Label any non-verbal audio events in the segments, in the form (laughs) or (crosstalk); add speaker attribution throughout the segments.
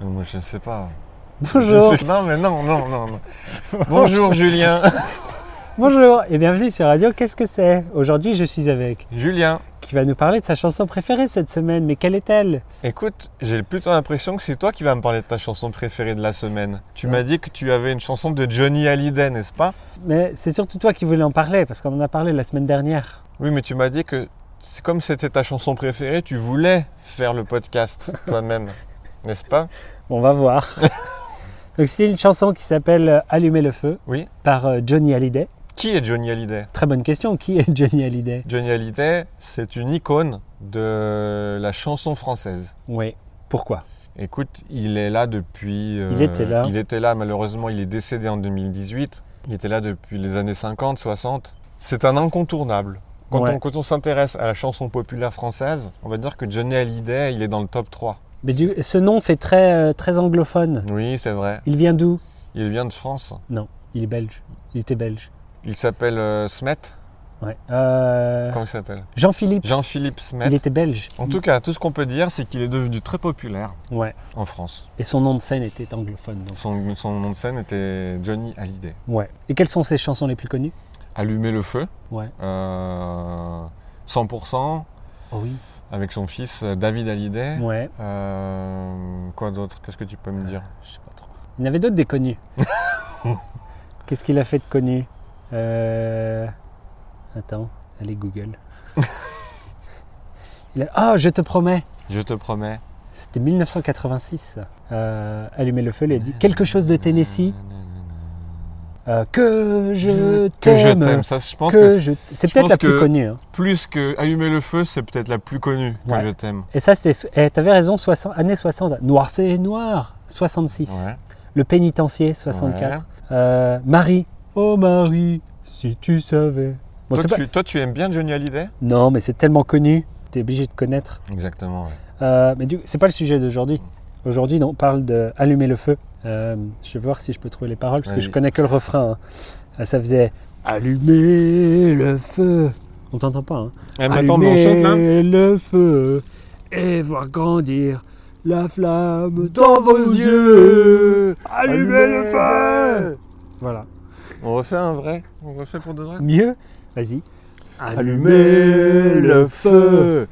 Speaker 1: Mais Euh, Moi, je ne sais pas.
Speaker 2: Bonjour,
Speaker 1: Je sais- Non, mais non, non, non.
Speaker 2: (laughs)
Speaker 1: non. Bonjour Julien.
Speaker 2: bonjour et bienvenue sur Radio Qu'est-ce que c'est Aujourd'hui je suis avec
Speaker 1: Julien,
Speaker 2: qui va nous parler de sa chanson préférée cette semaine, mais quelle est-elle
Speaker 1: écoute, j'ai plutôt l'impression que c'est toi qui vas me parler de ta chanson préférée de la semaine. Tu
Speaker 2: Ouais.
Speaker 1: m'as dit que tu avais une chanson de Johnny Hallyday, n'est-ce pas
Speaker 2: Mais c'est surtout toi qui voulais en parler parce qu'on en a parlé la semaine dernière.
Speaker 1: Oui, mais tu m'as dit que c'est comme c'était ta chanson préférée, tu voulais faire le
Speaker 2: (laughs)
Speaker 1: podcast toi-même, n'est-ce pas
Speaker 2: Bon, on va voir. Donc c'est une chanson qui s'appelle euh, Allumer le feu
Speaker 1: Oui.
Speaker 2: par euh, Johnny Hallyday.
Speaker 1: Qui est Johnny Hallyday
Speaker 2: Très bonne question, qui est Johnny Hallyday
Speaker 1: Johnny Hallyday, c'est une icône de la chanson française.
Speaker 2: Oui, pourquoi
Speaker 1: Écoute, il est là depuis. euh,
Speaker 2: Il était là.
Speaker 1: Il était là, malheureusement, il est décédé en 2018. Il était là depuis les années 50, 60. C'est un incontournable. Quand
Speaker 2: Ouais.
Speaker 1: on, quand on s'intéresse à la chanson populaire française, on va dire que Johnny Hallyday, il est dans le top 3.
Speaker 2: Mais du- ce nom fait très, euh, très anglophone.
Speaker 1: Oui, c'est vrai.
Speaker 2: Il vient d'où
Speaker 1: Il vient de France.
Speaker 2: Il est belge. Il était belge.
Speaker 1: Il s'appelle euh, Smet.
Speaker 2: Ouais. Euh,
Speaker 1: Comment il s'appelle
Speaker 2: Jean-Philippe,
Speaker 1: Jean-Philippe Smet.
Speaker 2: il était belge.
Speaker 1: En tout cas, tout ce qu'on peut dire, c'est qu'il est devenu très populaire
Speaker 2: Ouais.
Speaker 1: en France.
Speaker 2: Et son nom de scène était anglophone. donc.
Speaker 1: Son, son nom de scène était Johnny Hallyday.
Speaker 2: Ouais. Et quelles sont ses chansons les plus connues
Speaker 1: Allumer le feu.
Speaker 2: Ouais.
Speaker 1: Euh, 100%.
Speaker 2: Oh oui.
Speaker 1: avec son fils euh, David Hallyday.
Speaker 2: Ouais.
Speaker 1: Euh, quoi d'autre Qu'est-ce que tu peux me dire
Speaker 2: Je sais pas trop. Il y en avait d'autres
Speaker 1: (laughs)
Speaker 2: des connus. Qu'est-ce qu'il a fait de connu Euh, Attends,
Speaker 1: (laughs)
Speaker 2: allez Google. Il a- Ah, je te promets.
Speaker 1: Je te promets.
Speaker 2: C'était 1986. ça. Euh, Allumer le feu, il a dit quelque chose de Tennessee. euh, que je
Speaker 1: Que je
Speaker 2: t'aime.
Speaker 1: t'aime. Ça, je pense que
Speaker 2: Que
Speaker 1: c'est-
Speaker 2: je t- C'est
Speaker 1: je
Speaker 2: peut-être
Speaker 1: pense
Speaker 2: la plus
Speaker 1: que-
Speaker 2: connue. hein.
Speaker 1: plus que Allumer le feu, c'est peut-être la plus connue.
Speaker 2: Ouais.
Speaker 1: Que je t'aime.
Speaker 2: Et ça, c'était. eh, T'avais raison, 60, années 60. Noir, c'est noir. 66.
Speaker 1: Ouais.
Speaker 2: Le pénitencier, 64. Euh, Marie. Oh Marie, si tu savais. Bon,
Speaker 1: toi,
Speaker 2: c'est pas-
Speaker 1: tu, toi, tu aimes bien Johnny Hallyday
Speaker 2: Non, mais c'est tellement connu, t'es obligé de connaître.
Speaker 1: Exactement. ouais.
Speaker 2: Euh, mais du... c'est pas le sujet d'aujourd'hui. Aujourd'hui, on parle de allumer le feu. Euh, je vais voir si je peux trouver les paroles, parce que
Speaker 1: Vas-y.
Speaker 2: je connais que le refrain. hein. Euh, Ça faisait allumer le feu. On t'entend pas, hein
Speaker 1: Eh, mais attends, mais on chante là
Speaker 2: Allumer le feu et voir grandir la flamme dans vos yeux. Allumez le feu Voilà.
Speaker 1: On refait un vrai On refait pour de vrai
Speaker 2: Mieux Vas-y.
Speaker 1: Allumer le feu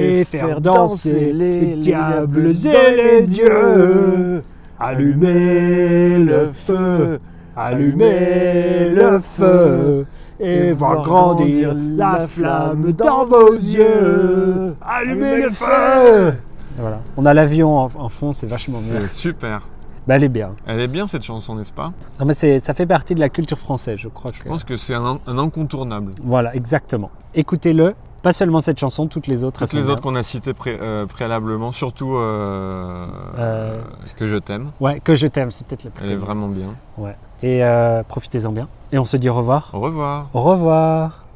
Speaker 2: et faire danser les diables et les dieux. Allumer le feu, allumer le feu et voir grandir la flamme dans vos yeux. Allumer le feu Voilà, on a l'avion en, en fond, c'est vachement bien.
Speaker 1: C'est super.
Speaker 2: Bah, elle est bien.
Speaker 1: Elle est bien cette chanson, n'est-ce pas
Speaker 2: Non, mais c'est- ça fait partie de la culture française, je crois.
Speaker 1: Je
Speaker 2: que-
Speaker 1: pense que c'est un, un incontournable.
Speaker 2: Voilà, exactement. Écoutez-le, pas seulement cette chanson, toutes les autres.
Speaker 1: Toutes
Speaker 2: elles
Speaker 1: les
Speaker 2: sont
Speaker 1: autres qu'on a citées pré- euh, préalablement, surtout euh,
Speaker 2: Euh.
Speaker 1: que je t'aime.
Speaker 2: bien. Ouais, que je t'aime, c'est peut-être la plus.
Speaker 1: Elle est
Speaker 2: connue.
Speaker 1: vraiment bien.
Speaker 2: Et euh, profitez-en bien. Et on se dit au revoir.
Speaker 1: Au revoir.
Speaker 2: Au revoir.